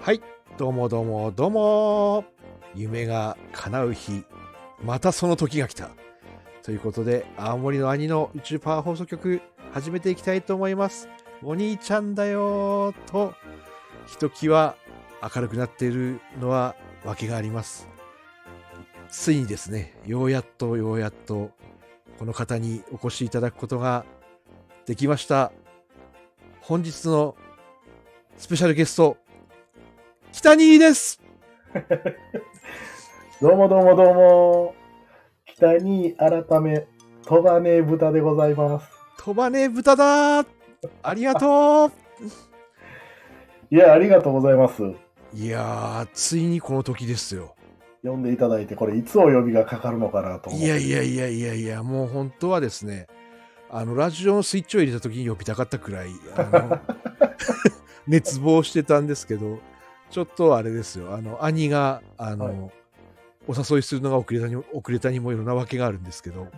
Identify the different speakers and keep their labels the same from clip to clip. Speaker 1: はいどうもどうもどうも夢が叶う日またその時が来たということで青森の兄の宇宙パワー放送局始めていきたいと思いますお兄ちゃんだよーとひときわ明るくなっているのは訳がありますついにですねようやっとようやっとこの方にお越しいただくことができました本日のスペシャルゲスト北にです
Speaker 2: どうもどうもどうも。北に改め、飛ばねえ豚でございます。
Speaker 1: 飛ばねえ豚だーありがとう
Speaker 2: いや、ありがとうございます。
Speaker 1: いやー、ついにこの時ですよ。
Speaker 2: 呼んでいただいて、これいつお呼びがかかるのかなと思っ
Speaker 1: い
Speaker 2: て。
Speaker 1: やいやいやいやいや、もう本当はですね、あの、ラジオのスイッチを入れた時に呼びたかったくらい、あ の、熱望してたんですけど、ちょっとあれですよ、あの、兄が、あの、
Speaker 2: はい
Speaker 1: お誘いするのが遅れたにも、遅れたにもいろんなわけがあるんですけど、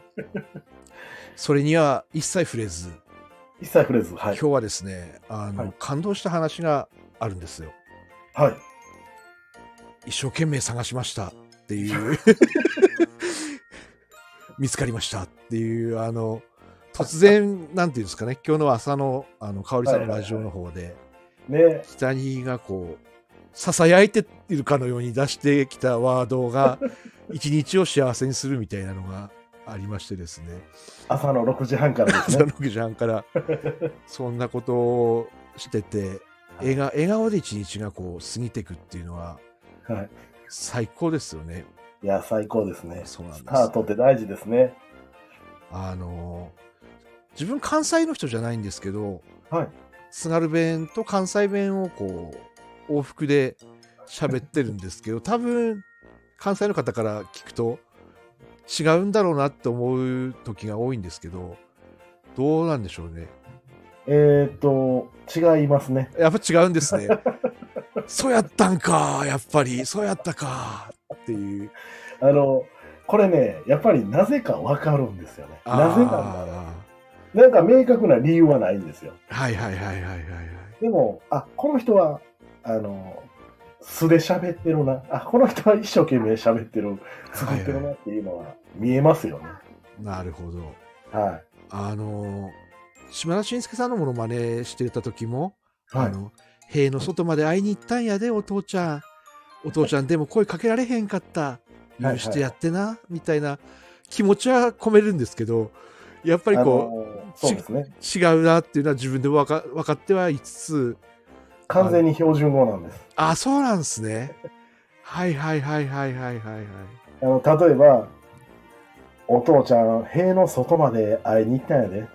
Speaker 1: それには一切触れず、
Speaker 2: 一切触れず、はい。
Speaker 1: 今日はですね、あの、
Speaker 2: はい
Speaker 1: 感動した話があるんですよ。
Speaker 2: はい。
Speaker 1: 一生懸命探しましたっていう 見つかりましたっていうあの突然なんていうんですかね今日の朝のあの香織さんのラジオの方で
Speaker 2: ね
Speaker 1: 北にがこうささやいているかのように出してきたワード が一日を幸せにするみたいなのがありましてですね
Speaker 2: 朝の6時半からです
Speaker 1: 朝
Speaker 2: ね
Speaker 1: の。時半からそんなことをしてて笑顔笑顔で一日がこう過ぎていくっていうのは
Speaker 2: はい。
Speaker 1: 最高ですよね。
Speaker 2: いや、最高ですね。
Speaker 1: そうなんです
Speaker 2: スタートって大事ですね。
Speaker 1: あの自分関西の人じゃないんですけど
Speaker 2: はい。
Speaker 1: 津軽弁と関西弁をこう往復で喋ってるんですけど 多分関西の方から聞くと違うんだろうなって思う時が多いんですけどどうなんでしょうね
Speaker 2: えーっと、違いますね。
Speaker 1: やっぱ違うんです ねそうやったんかやっぱりそうやったかっていう
Speaker 2: あの、これね、やっぱりなぜかわかるんですよね。なぜなんだろ
Speaker 1: あ
Speaker 2: う。なんか明確な理由はないんですよ。
Speaker 1: ーはいはいはいはいはいはい
Speaker 2: でも、あ、この人は、あの、素で喋ってるな。あ、この人は一生懸命喋ってる、作ってるなっていうのは見えますよね。
Speaker 1: なるほど
Speaker 2: は
Speaker 1: あの島田紳介さんのものまねしてた時も、
Speaker 2: い。は
Speaker 1: あ
Speaker 2: い。
Speaker 1: の塀の外まで会いに行ったんやでお父ちゃんお父ちゃんでも声かけられへんかった
Speaker 2: いはい
Speaker 1: 許してやってな、みたいな気持ちは込めるんですけどやっぱりこ
Speaker 2: あのそうですね。
Speaker 1: う違うなっていうのは自分でも分か分かってはいつつ
Speaker 2: 完全に標準語なんです。
Speaker 1: あそうなんですねはいはいはいはいはいはいはい
Speaker 2: あの、例えば、お父ちゃん、塀の外まで会いに行ったんやで。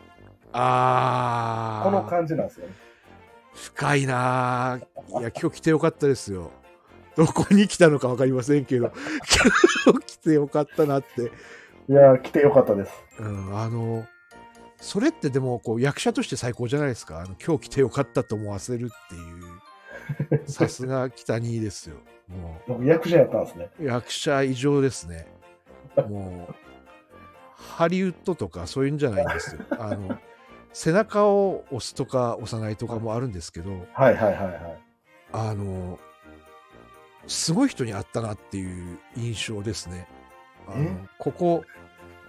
Speaker 1: あー
Speaker 2: この感じなんですよね。
Speaker 1: 深いなあいや今日来てよかったですよ どこに来たのか分かりませんけど今日来てよかったなって、
Speaker 2: いや、来てよかったです。
Speaker 1: うん、あのそれってでもこう役者として最高じゃないですかあの今日来てよかったと思わせるっていうさすが北にですよも
Speaker 2: 僕、役者やったんですね。
Speaker 1: う役者異常ですねもうハリウッドとかそういうんじゃないんですよあの背中を押すとか押さないとかもあるんですけど、
Speaker 2: はいはいはいはい。
Speaker 1: あの、すごい人に会ったなっていう印象ですね。あ
Speaker 2: え
Speaker 1: のここ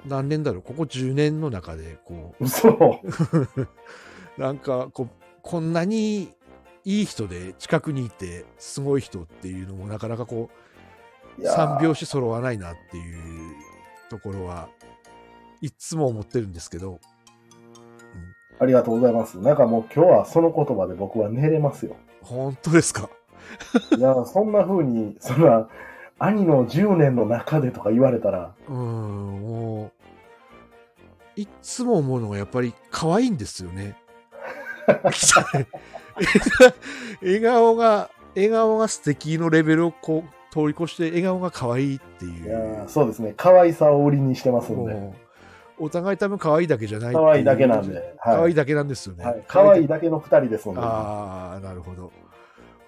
Speaker 1: 何年だろう、ここ10年の中で、こ
Speaker 2: 嘘。
Speaker 1: う、なんかこう、こんなにいい人で近くにいて、すごい人っていうのも、なかなかこう、
Speaker 2: いや
Speaker 1: 三拍子揃わないなっていうところは、いつも思ってるんですけど、
Speaker 2: ありがとうございます。なんかもう今日はその言葉で僕は寝れますよ。
Speaker 1: 本当ですか
Speaker 2: いや、そんな風に、そんな、兄の10年の中でとか言われたら、
Speaker 1: うーん、もう、いっつも思うのがやっぱり可愛いんですよ ね。笑顔が、笑顔が素敵のレベルをこう通り越して、笑顔が可愛いってい
Speaker 2: いや
Speaker 1: う。
Speaker 2: そうですね、可愛さを売りにしてますんで、
Speaker 1: もうお互い多分可愛いだけじゃないってう
Speaker 2: 可愛いだけなんで、。
Speaker 1: 可
Speaker 2: は
Speaker 1: 愛
Speaker 2: い。
Speaker 1: いだけなんですよね。
Speaker 2: はい可愛いだけの2人ですので、は
Speaker 1: ああ、なるほど。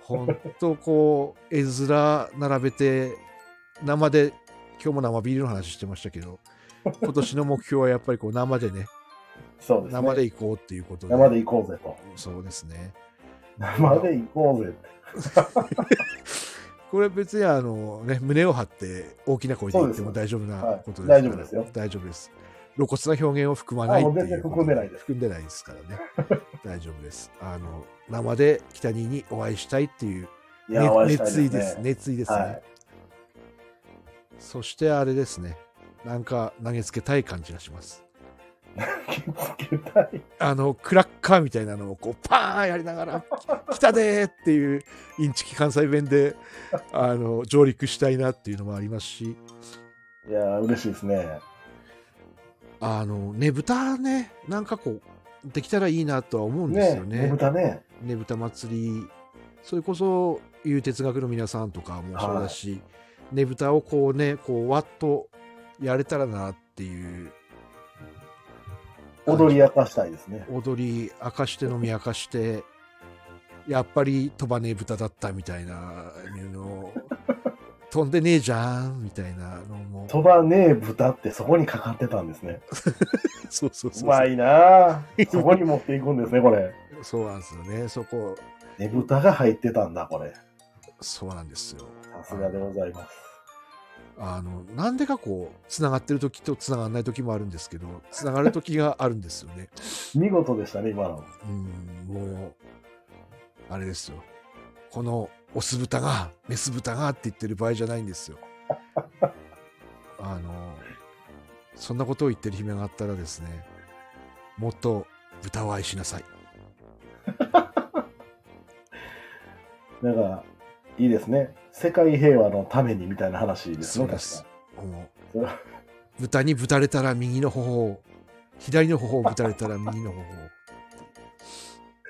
Speaker 1: 本当こう、絵面並べて、生 で、今日も生ビールの話してましたけど、今年の目標はやっぱりこう生でね、
Speaker 2: そうですね。
Speaker 1: 生で行こうっていうことで。
Speaker 2: 生で行こうぜと。
Speaker 1: そうですね。
Speaker 2: 生で行こうぜ。
Speaker 1: これ別にあの、ね、胸を張って大きな声で言っても
Speaker 2: そう
Speaker 1: 大丈夫なことです、
Speaker 2: はい大丈夫ですよ。
Speaker 1: 大丈夫です。露骨な表現を含まない
Speaker 2: あ
Speaker 1: っ
Speaker 2: も
Speaker 1: て
Speaker 2: う
Speaker 1: いう
Speaker 2: 全然含んでないです
Speaker 1: 含んでないですからね。大丈夫です。あの、生で北ににお会いしたいっていう、
Speaker 2: い
Speaker 1: ね
Speaker 2: や、お会いしたい
Speaker 1: 熱意です。。熱意ですね。
Speaker 2: はい。
Speaker 1: そしてあれですね。なんか投げつけたい感じがします。
Speaker 2: 気付けたい。
Speaker 1: あの、クラッカーみたいなのをこう、パーンやりながら、 来たでーっていう、インチキ関西弁で、あの、上陸したいなっていうのもありますし、
Speaker 2: いや、嬉しいですね。
Speaker 1: あの、ねぶたね、なんかこう、できたらいいなとは思うんです
Speaker 2: ね
Speaker 1: よ
Speaker 2: え、ね
Speaker 1: ね
Speaker 2: ぶ。たね。
Speaker 1: ねぶた祭り、それこそ、いう哲学の皆さんとかもそうだし、ねぶたをこうね、こう、わっとやれたらなっていう、
Speaker 2: 踊り明かしたいですね。
Speaker 1: 踊り明かして飲み明かしてやっぱり飛ばねえ豚だったみたいなのを飛んでねえじゃんみたいなのも
Speaker 2: 飛ばねえ豚ってそこにかかってたんですね。
Speaker 1: そうそうそう
Speaker 2: う
Speaker 1: そう
Speaker 2: まいなあそこに持っていくんですね、これ。
Speaker 1: そうなんですよねそこ
Speaker 2: ねぶたが入ってたんだ、これ。
Speaker 1: そうなんですよ
Speaker 2: さすがでございます。
Speaker 1: あのなんでかこうつながってる時とつながらない時もあるんですけどつながる時があるんですよね
Speaker 2: 見事でしたね、今の。
Speaker 1: うんもうあれですよこのオス豚がメス豚がって言ってる場合じゃないんですよあのそんなことを言ってる姫があったらですねもっと豚を愛しなさい
Speaker 2: なんか、いいですね。世界平和のためにみたいな話です
Speaker 1: そ
Speaker 2: ね。
Speaker 1: うですも
Speaker 2: 確か
Speaker 1: う豚にぶたれたら右の頬を左の頬をぶたれたら右の頬を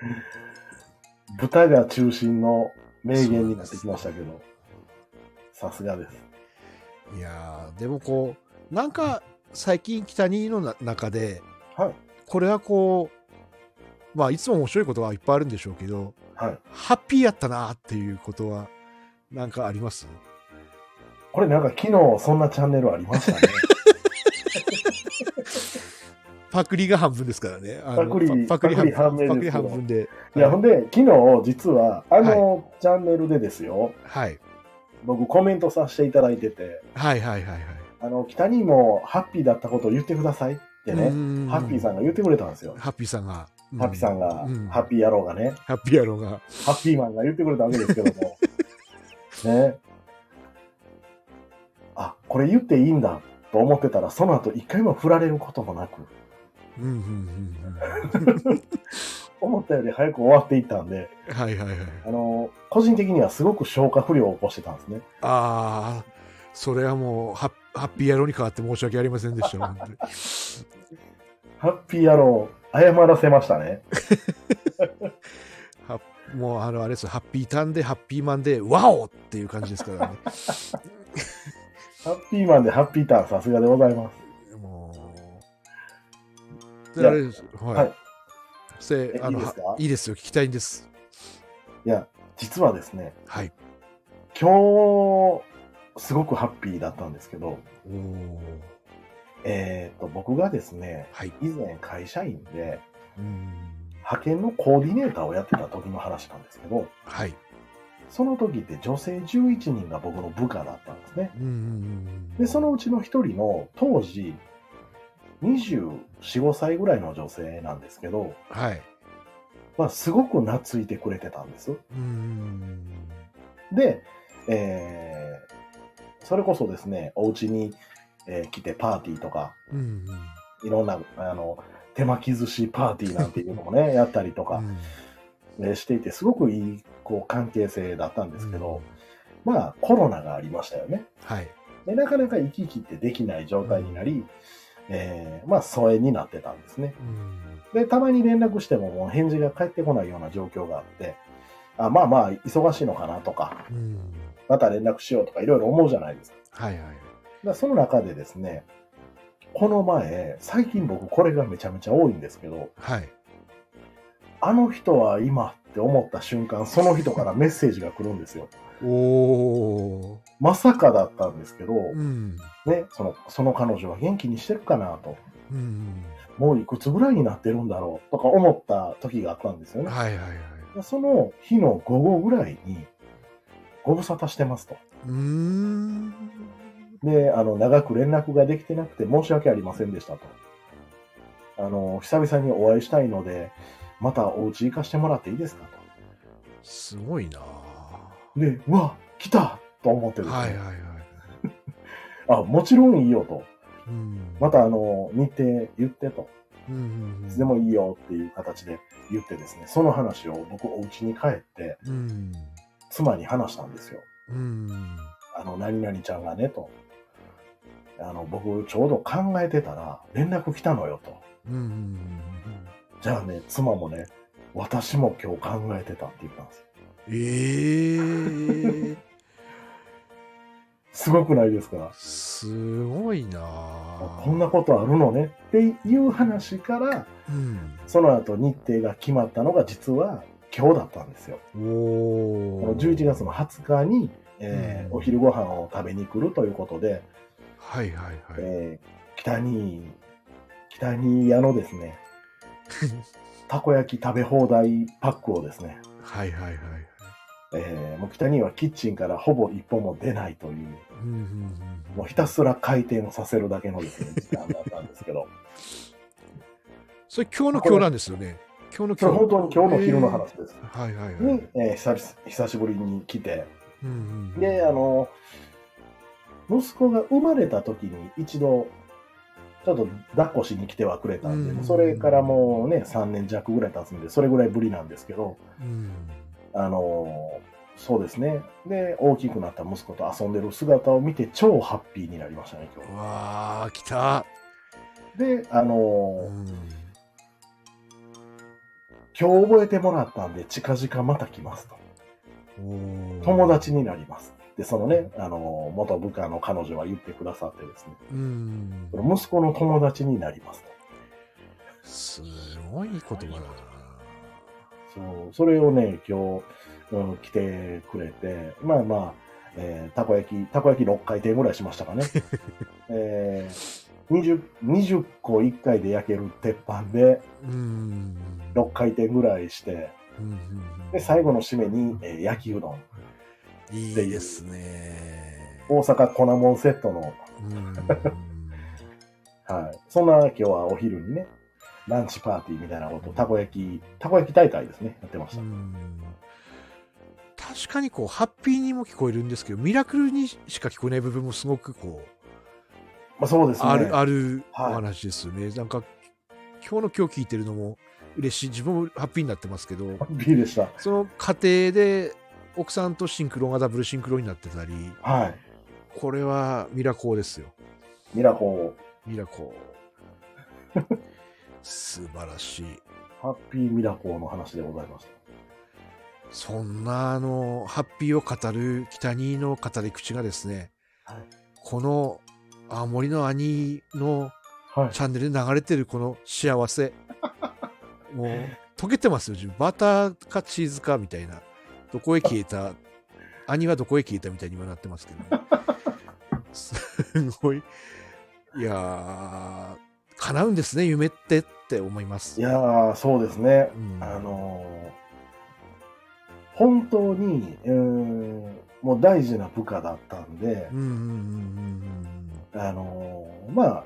Speaker 2: に豚が中心の名言になってきましたけど。さすがです。
Speaker 1: いやーでもこうなんか最近北にのな中で
Speaker 2: はい。
Speaker 1: これはこうまあいつも面白いことはいっぱいあるんでしょうけど
Speaker 2: はい。
Speaker 1: ハッピーやったなっていうことは、なんかあります
Speaker 2: これなんか昨日そんなチャンネルありました ね。
Speaker 1: パクリが半分ですからね。あの
Speaker 2: パクリ
Speaker 1: パパクリ半分。パ
Speaker 2: パ
Speaker 1: ク
Speaker 2: ク
Speaker 1: リ
Speaker 2: リ
Speaker 1: 半
Speaker 2: 半
Speaker 1: 分
Speaker 2: 分
Speaker 1: で。
Speaker 2: いや、ほんで、昨日実は、あの、チャンネルでですよ、
Speaker 1: はい。
Speaker 2: 僕コメントさせていただいてて、
Speaker 1: はいはいはいはい。
Speaker 2: あの、北にもハッピーだったことを言ってくださいって
Speaker 1: う
Speaker 2: ね、
Speaker 1: ん
Speaker 2: ハッピーさんが言ってくれたんですよ。
Speaker 1: ハッピーさんが。う
Speaker 2: ハッピーさんが、
Speaker 1: うん
Speaker 2: ハッピー野郎がね、
Speaker 1: ハッピー野郎が。
Speaker 2: ハッピーマンが言ってくれたわけですけども。ね。あ、これ言っていいんだと思ってたら、その後一回も振られることもなく、
Speaker 1: うんうんうん
Speaker 2: 思ったより早く終わっていったんで、
Speaker 1: うん。はいはいはい。
Speaker 2: あの、個人的にはすごく消化不良を起こしてたんですね。
Speaker 1: ああ、それはもうハッ、ハッピー野郎に代わって申し訳ありませんでした。本当に
Speaker 2: ハッピー野郎、謝らせましたね。
Speaker 1: はもうあのあれですよハッピーターンでハッピーマンでワオっていう感じですからね。
Speaker 2: ハッピーマンでハッピーターン、さすがでございます。
Speaker 1: もう。
Speaker 2: じゃあ
Speaker 1: であれです。はい。
Speaker 2: はい
Speaker 1: せ
Speaker 2: え
Speaker 1: あの
Speaker 2: いいですか
Speaker 1: はいいですよ、聞きたいんです。
Speaker 2: いや、実はですね、
Speaker 1: はい。
Speaker 2: 今日、すごくハッピーだったんですけど、
Speaker 1: おー
Speaker 2: えっ、と、僕がですね、
Speaker 1: はい。
Speaker 2: 以前会社員で、
Speaker 1: うーん。
Speaker 2: 派遣のコーディネーターをやってた時の話なんですけど、
Speaker 1: はい。
Speaker 2: その時って女性11人が僕の部下だったんですね。
Speaker 1: うーん。
Speaker 2: で、そのうちの一人の当時、24、5歳ぐらいの女性なんですけど、
Speaker 1: はい。
Speaker 2: まあ、すごく懐いてくれてたんです。
Speaker 1: うーん。
Speaker 2: で、えーそれこそですね、お家に、えー来てパーティーとか、
Speaker 1: うーん。
Speaker 2: いろんな、あの、手巻き寿司パーティーなんていうのもね、やったりと
Speaker 1: う
Speaker 2: か、
Speaker 1: ん
Speaker 2: えーしていて、すごくいい、こう、関係性だったんですけど、。まあ、コロナがありましたよね。
Speaker 1: はい。
Speaker 2: でなかなか行き来ってできない状態になり、えーまあ、疎遠になってたんですね。
Speaker 1: うーん。
Speaker 2: で、たまに連絡してももう返事が返ってこないような状況があって、あまあまあ、忙しいのかなとか、
Speaker 1: うーん。
Speaker 2: また連絡しようとかいろいろ思うじゃないですか。
Speaker 1: はいはい。
Speaker 2: だからその中でですね、この前、最近僕これがめちゃめちゃ多いんですけど、
Speaker 1: はい。
Speaker 2: あの人は今って思った瞬間、その人からメッセージが来るんですよ。
Speaker 1: おー。
Speaker 2: まさかだったんですけど、
Speaker 1: うん。
Speaker 2: ね、そのその彼女は元気にしてるかなと。
Speaker 1: うん。
Speaker 2: もういくつぐらいになってるんだろうとか思った時があったんですよね。
Speaker 1: はいはいはい。
Speaker 2: その日の午後ぐらいに、ご無沙汰してますと。
Speaker 1: うーん。
Speaker 2: で、あの、長く連絡ができてなくて申し訳ありませんでしたと。あの、久々にお会いしたいので、またお家行かしてもらっていいですか
Speaker 1: すごいな
Speaker 2: と。で、うわ、来たと思ってですね、
Speaker 1: はいはいはい。
Speaker 2: あ、もちろんいいよと。
Speaker 1: うん。
Speaker 2: またあの、日程言ってと。
Speaker 1: うんうんう
Speaker 2: い
Speaker 1: ん。
Speaker 2: つでもいいよっていう形で言ってですね、その話を僕お家に帰って、
Speaker 1: うん。
Speaker 2: 妻に話したんですよ。
Speaker 1: うん。
Speaker 2: あの、何々ちゃんがね、と。あの、僕、ちょうど考えてたら、連絡来たのよ、と。
Speaker 1: うんうん。
Speaker 2: じゃあね、妻もね、私も今日考えてたって言ったんです。
Speaker 1: ええー。
Speaker 2: すごくないですか
Speaker 1: すごいな
Speaker 2: あこんなことあるのねっていう話から、
Speaker 1: うん。
Speaker 2: その後日程が決まったのが実は今日だったんですよ。
Speaker 1: お
Speaker 2: この
Speaker 1: お。
Speaker 2: 11月の20日に、えー
Speaker 1: うん
Speaker 2: お昼ご飯を食べに来るということで、
Speaker 1: はいはいはい。
Speaker 2: えー北に、北に屋のです ね、たこ焼き食べ放題パックをですね、
Speaker 1: はいはいはい。
Speaker 2: えーもう北にはキッチンからほぼ一歩も出ないとい
Speaker 1: う
Speaker 2: う、
Speaker 1: んうんうん。
Speaker 2: もうひたすら回転をさせるだけのです ね、時間だったんですけど、
Speaker 1: それ今日の今日なんですよね。今日の
Speaker 2: そ
Speaker 1: 今
Speaker 2: れ
Speaker 1: 日。
Speaker 2: 本当に今日の昼の話です。
Speaker 1: えー。はいはいはい。
Speaker 2: に、えー久々久しぶりに来て、
Speaker 1: うんうんうん
Speaker 2: で、あ、の、息子が生まれた時に一度、ちょっと抱っこしに来てはくれたんで、
Speaker 1: うん
Speaker 2: それからもうね、3年弱ぐらい経つんで、それぐらいぶりなんですけど、
Speaker 1: うん、
Speaker 2: あのーそうですね。で、大きくなった息子と遊んでる姿を見て、超ハッピーになりましたね、今
Speaker 1: うわあ、来た。
Speaker 2: 日。で、あ
Speaker 1: う
Speaker 2: のー
Speaker 1: ん、
Speaker 2: 今日覚えてもらったんで、近々また来ますと。
Speaker 1: おー
Speaker 2: 友達。になります。で、そのね、あのー元部下の彼女は言ってくださってですね、
Speaker 1: うん。
Speaker 2: その息子の友達になりますと。
Speaker 1: すごい言葉だな。
Speaker 2: そう、それをね、今日、うん、来てくれて、まあまあ、えーたこ焼き、たこ焼き6回転ぐらいしました かね。えー 20, 20個1回で焼ける鉄板で
Speaker 1: うん。
Speaker 2: 6回転ぐらいして、
Speaker 1: うんうんうん
Speaker 2: で、最後の締めに、えー焼きうどん、
Speaker 1: いいですね。
Speaker 2: 大阪粉もんセットの、
Speaker 1: うん。
Speaker 2: はい。そんな今日はお昼にね、ランチパーティーみたいなこと、たこ焼き、たこ焼き大会ですね、やってまし
Speaker 1: う
Speaker 2: た。
Speaker 1: ん確かにこう、ハッピーにも聞こえるんですけど、ミラクルにしか聞こえない部分もすごくこう、
Speaker 2: まあそうですね。
Speaker 1: あるあるお
Speaker 2: はい
Speaker 1: 話ですよね、なんか今日の今日聞いてるのも嬉しい自分もハッピーになってますけど
Speaker 2: ハッピーでした。
Speaker 1: その過程で奥さんとシンクロがダブルシンクロになってたり
Speaker 2: はい。
Speaker 1: これはミラコーですよ
Speaker 2: ミラコ
Speaker 1: ミラコー素晴らしい
Speaker 2: ー、ハッピーミラコーの話でございました。
Speaker 1: そんなあのハッピーを語る北にの語り口がですね、
Speaker 2: はい
Speaker 1: この青森の兄の
Speaker 2: はい。
Speaker 1: チャンネルで流れてるこの幸 せ。もう、溶けてますよ、自分。バターかチーズかみたいな。どこへ消えた兄はどこへ消えたみたいに今なってますけど、 すごい。いやー、叶うんですね、夢ってって思います。
Speaker 2: いやー、そうですね
Speaker 1: う。ん、
Speaker 2: あのー本当に、うーん、もう大事な部下だったんで
Speaker 1: う、んうんうんうん。
Speaker 2: あのーまあ、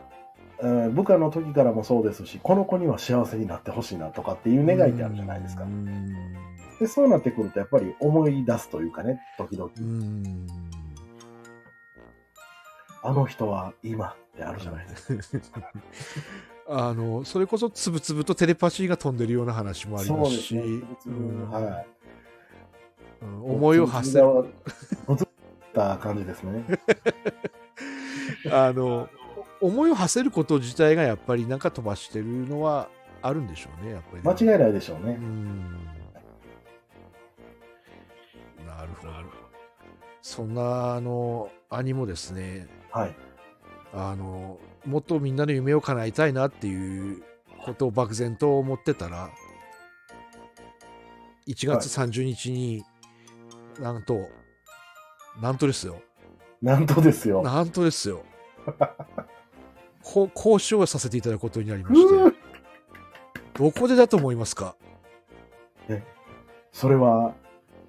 Speaker 2: うん部下の時からもそうですし、この子には幸せになってほしいなとかっていううん願いってあるじゃないですか
Speaker 1: う。ん
Speaker 2: で、そうなってくると、やっぱり思い出すというかね、時々、
Speaker 1: うん。
Speaker 2: あの人は今ってあるじゃないですか。
Speaker 1: あのそれこそつぶつぶとテレパシーが飛んでるような話もあり
Speaker 2: そう
Speaker 1: ま
Speaker 2: ですす
Speaker 1: し
Speaker 2: ね。つぶつぶ
Speaker 1: うん
Speaker 2: はい。
Speaker 1: うん思いを発せ
Speaker 2: つぶ
Speaker 1: る
Speaker 2: つ ぶが。ぶつった感じですね。
Speaker 1: あの思いを馳せること自体がやっぱりなんか飛ばしてるのはあるんでしょうねやっぱりね、
Speaker 2: 間違いないでしょうね。
Speaker 1: うんなるほどそんなあの兄もですね
Speaker 2: はい。
Speaker 1: あのもっとみんなの夢を叶えたいなっていうことを漠然と思ってたら1月30日に、なんとなんとですよ
Speaker 2: なんとですよ。
Speaker 1: なんとですよ。こ交渉をさせていただくことになりま
Speaker 2: う
Speaker 1: し
Speaker 2: ー
Speaker 1: どこでだと思いますか
Speaker 2: それは、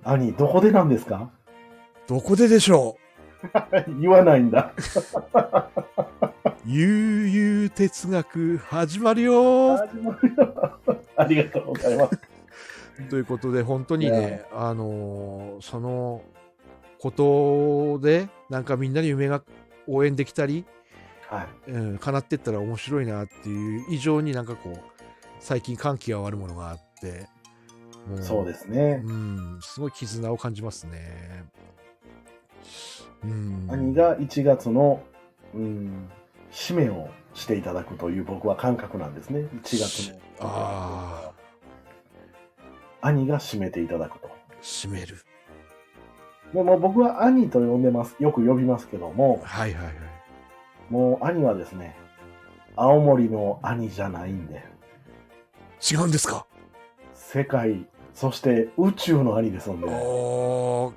Speaker 2: 兄、どこでなんですか
Speaker 1: どこででしょ
Speaker 2: 言わないんだ。
Speaker 1: う悠々哲学始まるよ
Speaker 2: 始まるよ ありがとうございます。
Speaker 1: ということで本当にね、あのーそのことでなんかみんなに夢が応援できたり、
Speaker 2: はい。
Speaker 1: うん、叶ってったら面白いなっていう以上になんかこう最近歓喜があるものがあっても
Speaker 2: そうですね。
Speaker 1: うん、すごい絆を感じますね。うん、
Speaker 2: 兄が1月の、うん、締めをしていただくという僕は感覚なんですね。1月の。
Speaker 1: あ
Speaker 2: 兄が締めていただくと。
Speaker 1: 締める。
Speaker 2: でも僕は兄と呼んでます。よく呼びますけども、
Speaker 1: はいはいはい。
Speaker 2: もう兄はですね、青森の兄じゃないんで、
Speaker 1: 違うんですか
Speaker 2: 世界、そして宇宙の兄ですんで、
Speaker 1: おー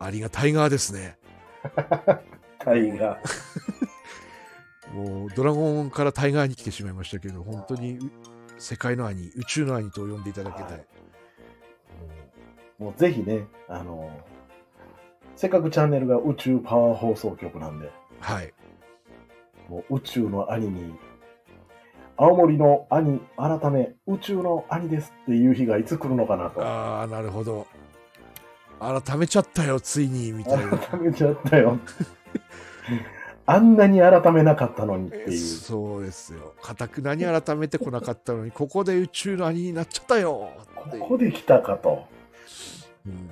Speaker 1: ありがたい側ですね。
Speaker 2: タイが。
Speaker 1: もうドラゴンからタイガーに来てしまいましたけど、本当にう世界の兄、宇宙の兄と呼んでいただけたい。
Speaker 2: はいもうぜひね、あの、せっかくチャンネルが宇宙パワー放送局なんで、
Speaker 1: はい。
Speaker 2: もう宇宙の兄に、青森の兄、改め宇宙の兄ですっていう日がいつ来るのかなと。
Speaker 1: ああ、なるほど。改めちゃったよ、ついに、みたいな。
Speaker 2: 改めちゃったよ。あんなに改めなかったのにっていう。
Speaker 1: そうですよ。かたくなに改めてこなかったのに、ここで宇宙の兄になっちゃったよって
Speaker 2: こ
Speaker 1: いう
Speaker 2: こで来たかと。
Speaker 1: うん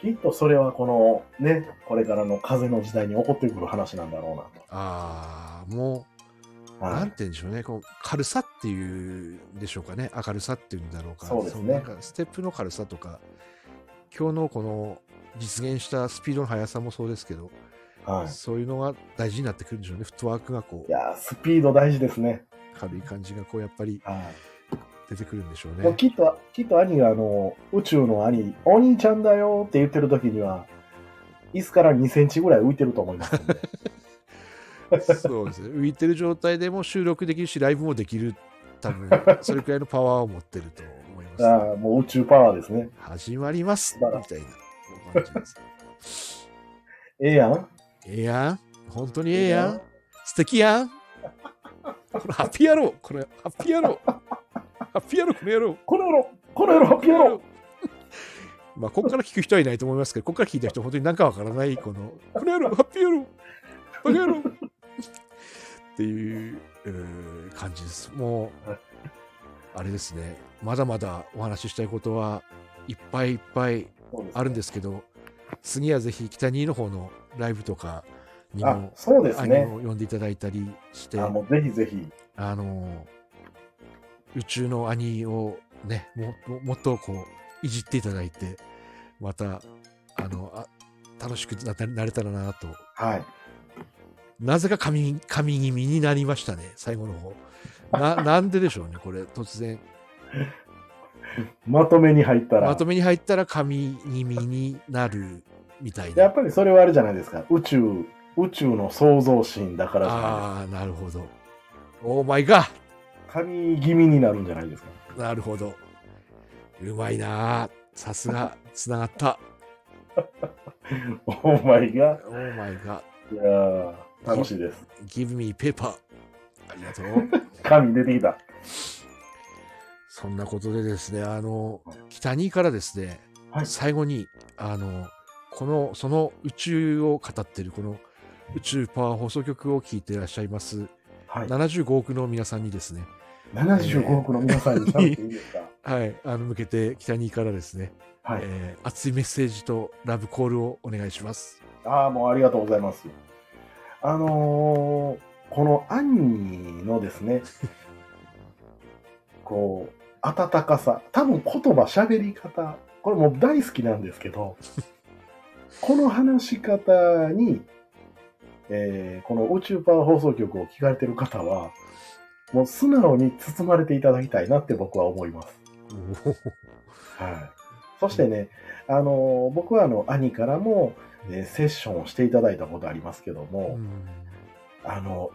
Speaker 2: きっとそれはこのね、これからの風の時代に起こってくる話なんだろ
Speaker 1: ああ、もう、
Speaker 2: う
Speaker 1: な
Speaker 2: なと。は
Speaker 1: ん
Speaker 2: い
Speaker 1: て。言うんでしょうね、こう軽さっていうんでしょうかね、明るさっていうんだろうか、
Speaker 2: そうですね
Speaker 1: のなんかステップの軽さとか、今日のこの実現したスピードの速さもそうですけど、
Speaker 2: はい、
Speaker 1: そういうのが大事になってくるんでしょうね、フットワークがこ、
Speaker 2: いうやー、スピード大事ですね。
Speaker 1: 軽い感じがこう、やっぱり
Speaker 2: はい
Speaker 1: 出てくるんでしょう
Speaker 2: もう
Speaker 1: ね。
Speaker 2: きっと、きっと兄があの、宇宙の兄、お兄ちゃんだよって言ってる時には、椅子から2センチぐらい浮いてると思いますんで。
Speaker 1: そうですね、浮いてる状態でも収録できるし、ライブもできる、多分それくらいのパワーを持ってると思います、
Speaker 2: ああ、もう宇宙パワーですね。
Speaker 1: 始まります
Speaker 2: 素晴
Speaker 1: み
Speaker 2: ら
Speaker 1: たいな感じです。
Speaker 2: ええやん。
Speaker 1: ええやん。本当にええやん。素敵やん。これハッピー野郎。これハッピー野郎。ハッピー野郎、この野郎。
Speaker 2: この野郎、この野郎、ハッピー野郎。。
Speaker 1: まあ、ここから聞く人はいないと思いますけど、ここから聞いた人、本当になんかわからない、この、この野郎、ハッピー野郎。バカ野郎。っていうえー感じです。もう、あれですね。まだまだお話ししたいことはいっぱいいっぱいあるんですすけど、次はぜひ北にの方のライブとかに
Speaker 2: あ
Speaker 1: も、
Speaker 2: そうです
Speaker 1: 兄
Speaker 2: ね。
Speaker 1: を呼んでいただいたりして、
Speaker 2: あ
Speaker 1: あ
Speaker 2: もうぜひぜひ。
Speaker 1: の、宇宙の兄をね、もももっとこう、いじっていただいて、また、あの、あ楽しくななれたらなと。
Speaker 2: はい。
Speaker 1: なぜか神、神気味になりましたね、最後の方。 な、なんででしょうね、これ、突然。
Speaker 2: まとめに入ったら。
Speaker 1: まとめに入ったら神気味になるみたい
Speaker 2: や
Speaker 1: な
Speaker 2: っ。ぱりそれはあれじゃないですか。宇宙、宇宙の創造神だからじゃない
Speaker 1: ああ、なるほど。オーマイガー
Speaker 2: ですか。神気味になるんじゃないですか。
Speaker 1: なるほど。うまいなあさすが、つながった。
Speaker 2: お前が。
Speaker 1: オーマイガ
Speaker 2: いやー楽しいです。
Speaker 1: ー、give me paper。ありがと う。
Speaker 2: 神出てきた。
Speaker 1: そんなことでですね、あの、北にからですね、
Speaker 2: はい
Speaker 1: 最後に、あの、この、その宇宙を語ってる、この宇宙パワー放送局を聞いていらっしゃいます、
Speaker 2: はい。
Speaker 1: 75億の皆さんにですね、
Speaker 2: 75億の皆さんに喋っていいですか
Speaker 1: はい、あの、向けて北にからですね、
Speaker 2: はい。
Speaker 1: えー熱いメッセージとラブコールをお願いします。
Speaker 2: ああ、もうありがとうございます。あのーこの兄のですね、こう、温かさ、多分言葉、喋り方、これもう大好きなんですけど、この話し方に、えーこの宇宙パワー放送局を聞かれてる方は、もう素直に包まれていただきたいなって僕は思います。
Speaker 1: おお
Speaker 2: はい、そしてね、あの僕はあの兄からも、えーセッションをしていただいたことありますけども、
Speaker 1: うん
Speaker 2: あの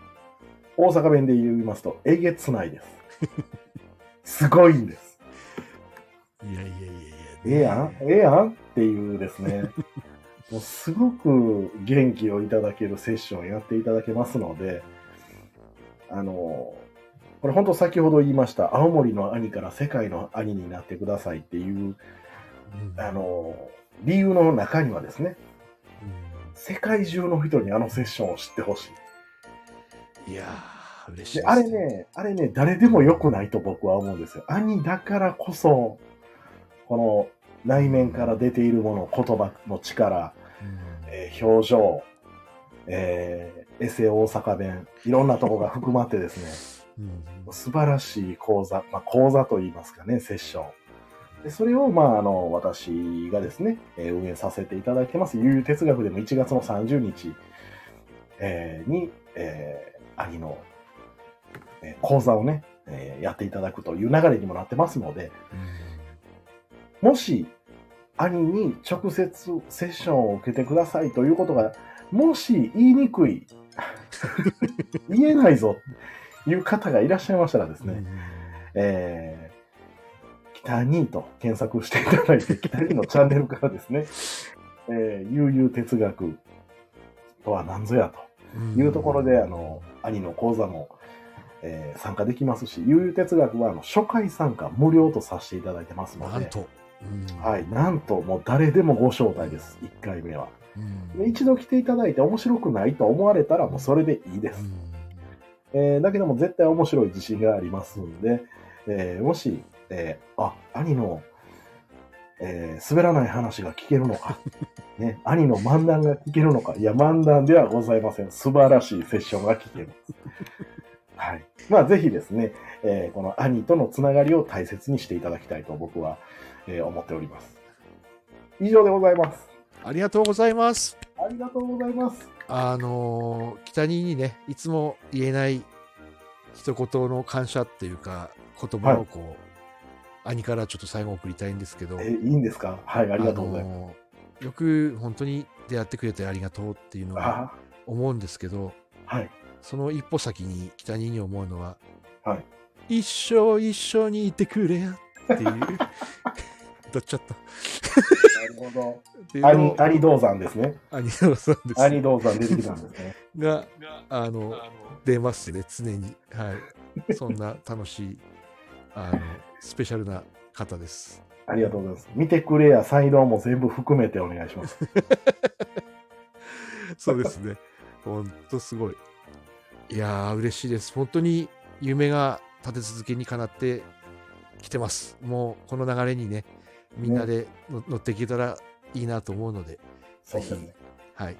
Speaker 2: 大阪弁で言いますと、えげつないです。 すごいんです。
Speaker 1: いやいやいやい
Speaker 2: ええやん、ええやんっていうです ね、もうすごく元気をいただけるセッションやっていただけますので、あの、これ本当先ほど言いました、青森の兄から世界の兄になってくださいっていう、
Speaker 1: うん
Speaker 2: あの、理由の中にはですね、世界中の人にあのセッションを知ってほしい。
Speaker 1: うんいやー嬉しい
Speaker 2: であれね、あれね、誰でも良くないと僕は思うんですよ。兄だからこそ、この内面から出ているもの、言葉の力、
Speaker 1: うん
Speaker 2: えー表情、えー、エセ大阪弁、いろんなとこが含まってですね、
Speaker 1: うん
Speaker 2: 素晴らしい講座、まあ、講座といいますかね、セッション。でそれを、まあ、あの、私がですね、えー運営させていただいてます、悠々哲学でも1月の30日、えーに、えー兄の、えー講座をね、えーやっていただくという流れにもなってますので、もし、兄に直接セッションを受けてくださいということが、もし言いにくい、 言えないぞ、いう方がいらっしゃいましたらです
Speaker 1: うん
Speaker 2: ね、えー、北にと検索していただいて、北にのチャンネルか らですね、えー、悠々哲学とは何ぞや
Speaker 1: うん
Speaker 2: というところで、あの、兄の講座も、えー参加できますし、悠々哲学はあの初回参加無料とさせていただいてますの
Speaker 1: なん
Speaker 2: で、
Speaker 1: と、うん
Speaker 2: はい、なんともう誰でもご招待です、1回目は。
Speaker 1: うん
Speaker 2: で一度来ていただいて面白くないと思われたらもうそれでいいです
Speaker 1: う。ん
Speaker 2: えーだけども絶対面白い自信がありますんで、えーもし、えーあ、兄の、えー滑らない話が聞けるの か、ね、兄の漫談が聞けるのか、いや、漫談ではございません。素晴らしいセッションが聞けます。はい。まあ、ぜひですね、えーこの兄とのつながりを大切にしていただきたいと僕は、えー思っております。以上でございます。
Speaker 1: ありがとうございます。
Speaker 2: ありがとうございます。
Speaker 1: あのー北ににね、いつも言えない一言の感謝っていうか、言葉をこう、兄からちょっと最後送りたいんですけど、
Speaker 2: えーいいんですかはい、あ
Speaker 1: あ
Speaker 2: りがとうございます。
Speaker 1: のーよく本当に出会ってくれてありがとうっていうのは
Speaker 2: あ
Speaker 1: 思うんですけど、
Speaker 2: ーはい。
Speaker 1: その一歩先に北にに思うのは、
Speaker 2: はい
Speaker 1: 一生一緒にいてくれやって いう、どっちゃった。
Speaker 2: なるほど。
Speaker 1: っていうの
Speaker 2: 兄
Speaker 1: を
Speaker 2: 兄道山ですね。
Speaker 1: 兄のさんです
Speaker 2: 兄道山出てきたんですね。
Speaker 1: が、あの、出ますね、常に。はい。そんな楽しい、あの、スペシャルな方です。
Speaker 2: ありがとうございます。見てくれや才能も全部含めてお願いします。
Speaker 1: そうですね。ほんとすごい。いやー、嬉しいです。本当に夢が立て続けにかなってきてます。もう、この流れにね、みんなでの乗っていけたらいいなと思うので、
Speaker 2: そうですね。
Speaker 1: はい。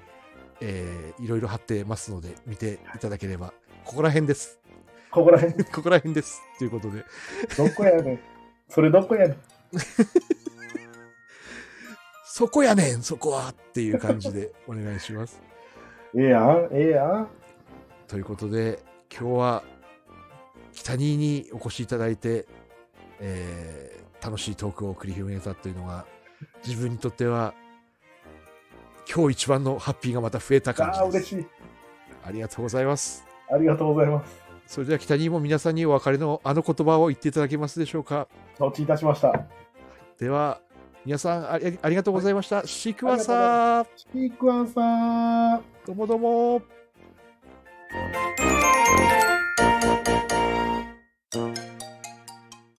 Speaker 1: えーいろいろ貼ってますので、見ていただければ、ここら辺です。
Speaker 2: ここら辺、
Speaker 1: ここら辺です。ということで、
Speaker 2: どこやねん。それどこやねん。
Speaker 1: そこやねん、そこはっていう感じでお願いします。
Speaker 2: ええやん、ええやん。
Speaker 1: ということで、今日は北ににお越しいただいて、えー楽しいトークを繰り広げたというのが、自分にとっては、今日一番のハッピーがまた増えた感
Speaker 2: ああ、
Speaker 1: じで
Speaker 2: 嬉
Speaker 1: す。
Speaker 2: しい。
Speaker 1: ありがとうございます。
Speaker 2: ありがとうございます。
Speaker 1: それでは北にも皆さんにお別れのあの言葉を言っていただけますでしょうか。
Speaker 2: 承知いたしました。
Speaker 1: では、皆さんありありがとうございました。シークワーサー、
Speaker 2: シークワンサー。
Speaker 1: どうもどうも。
Speaker 2: 「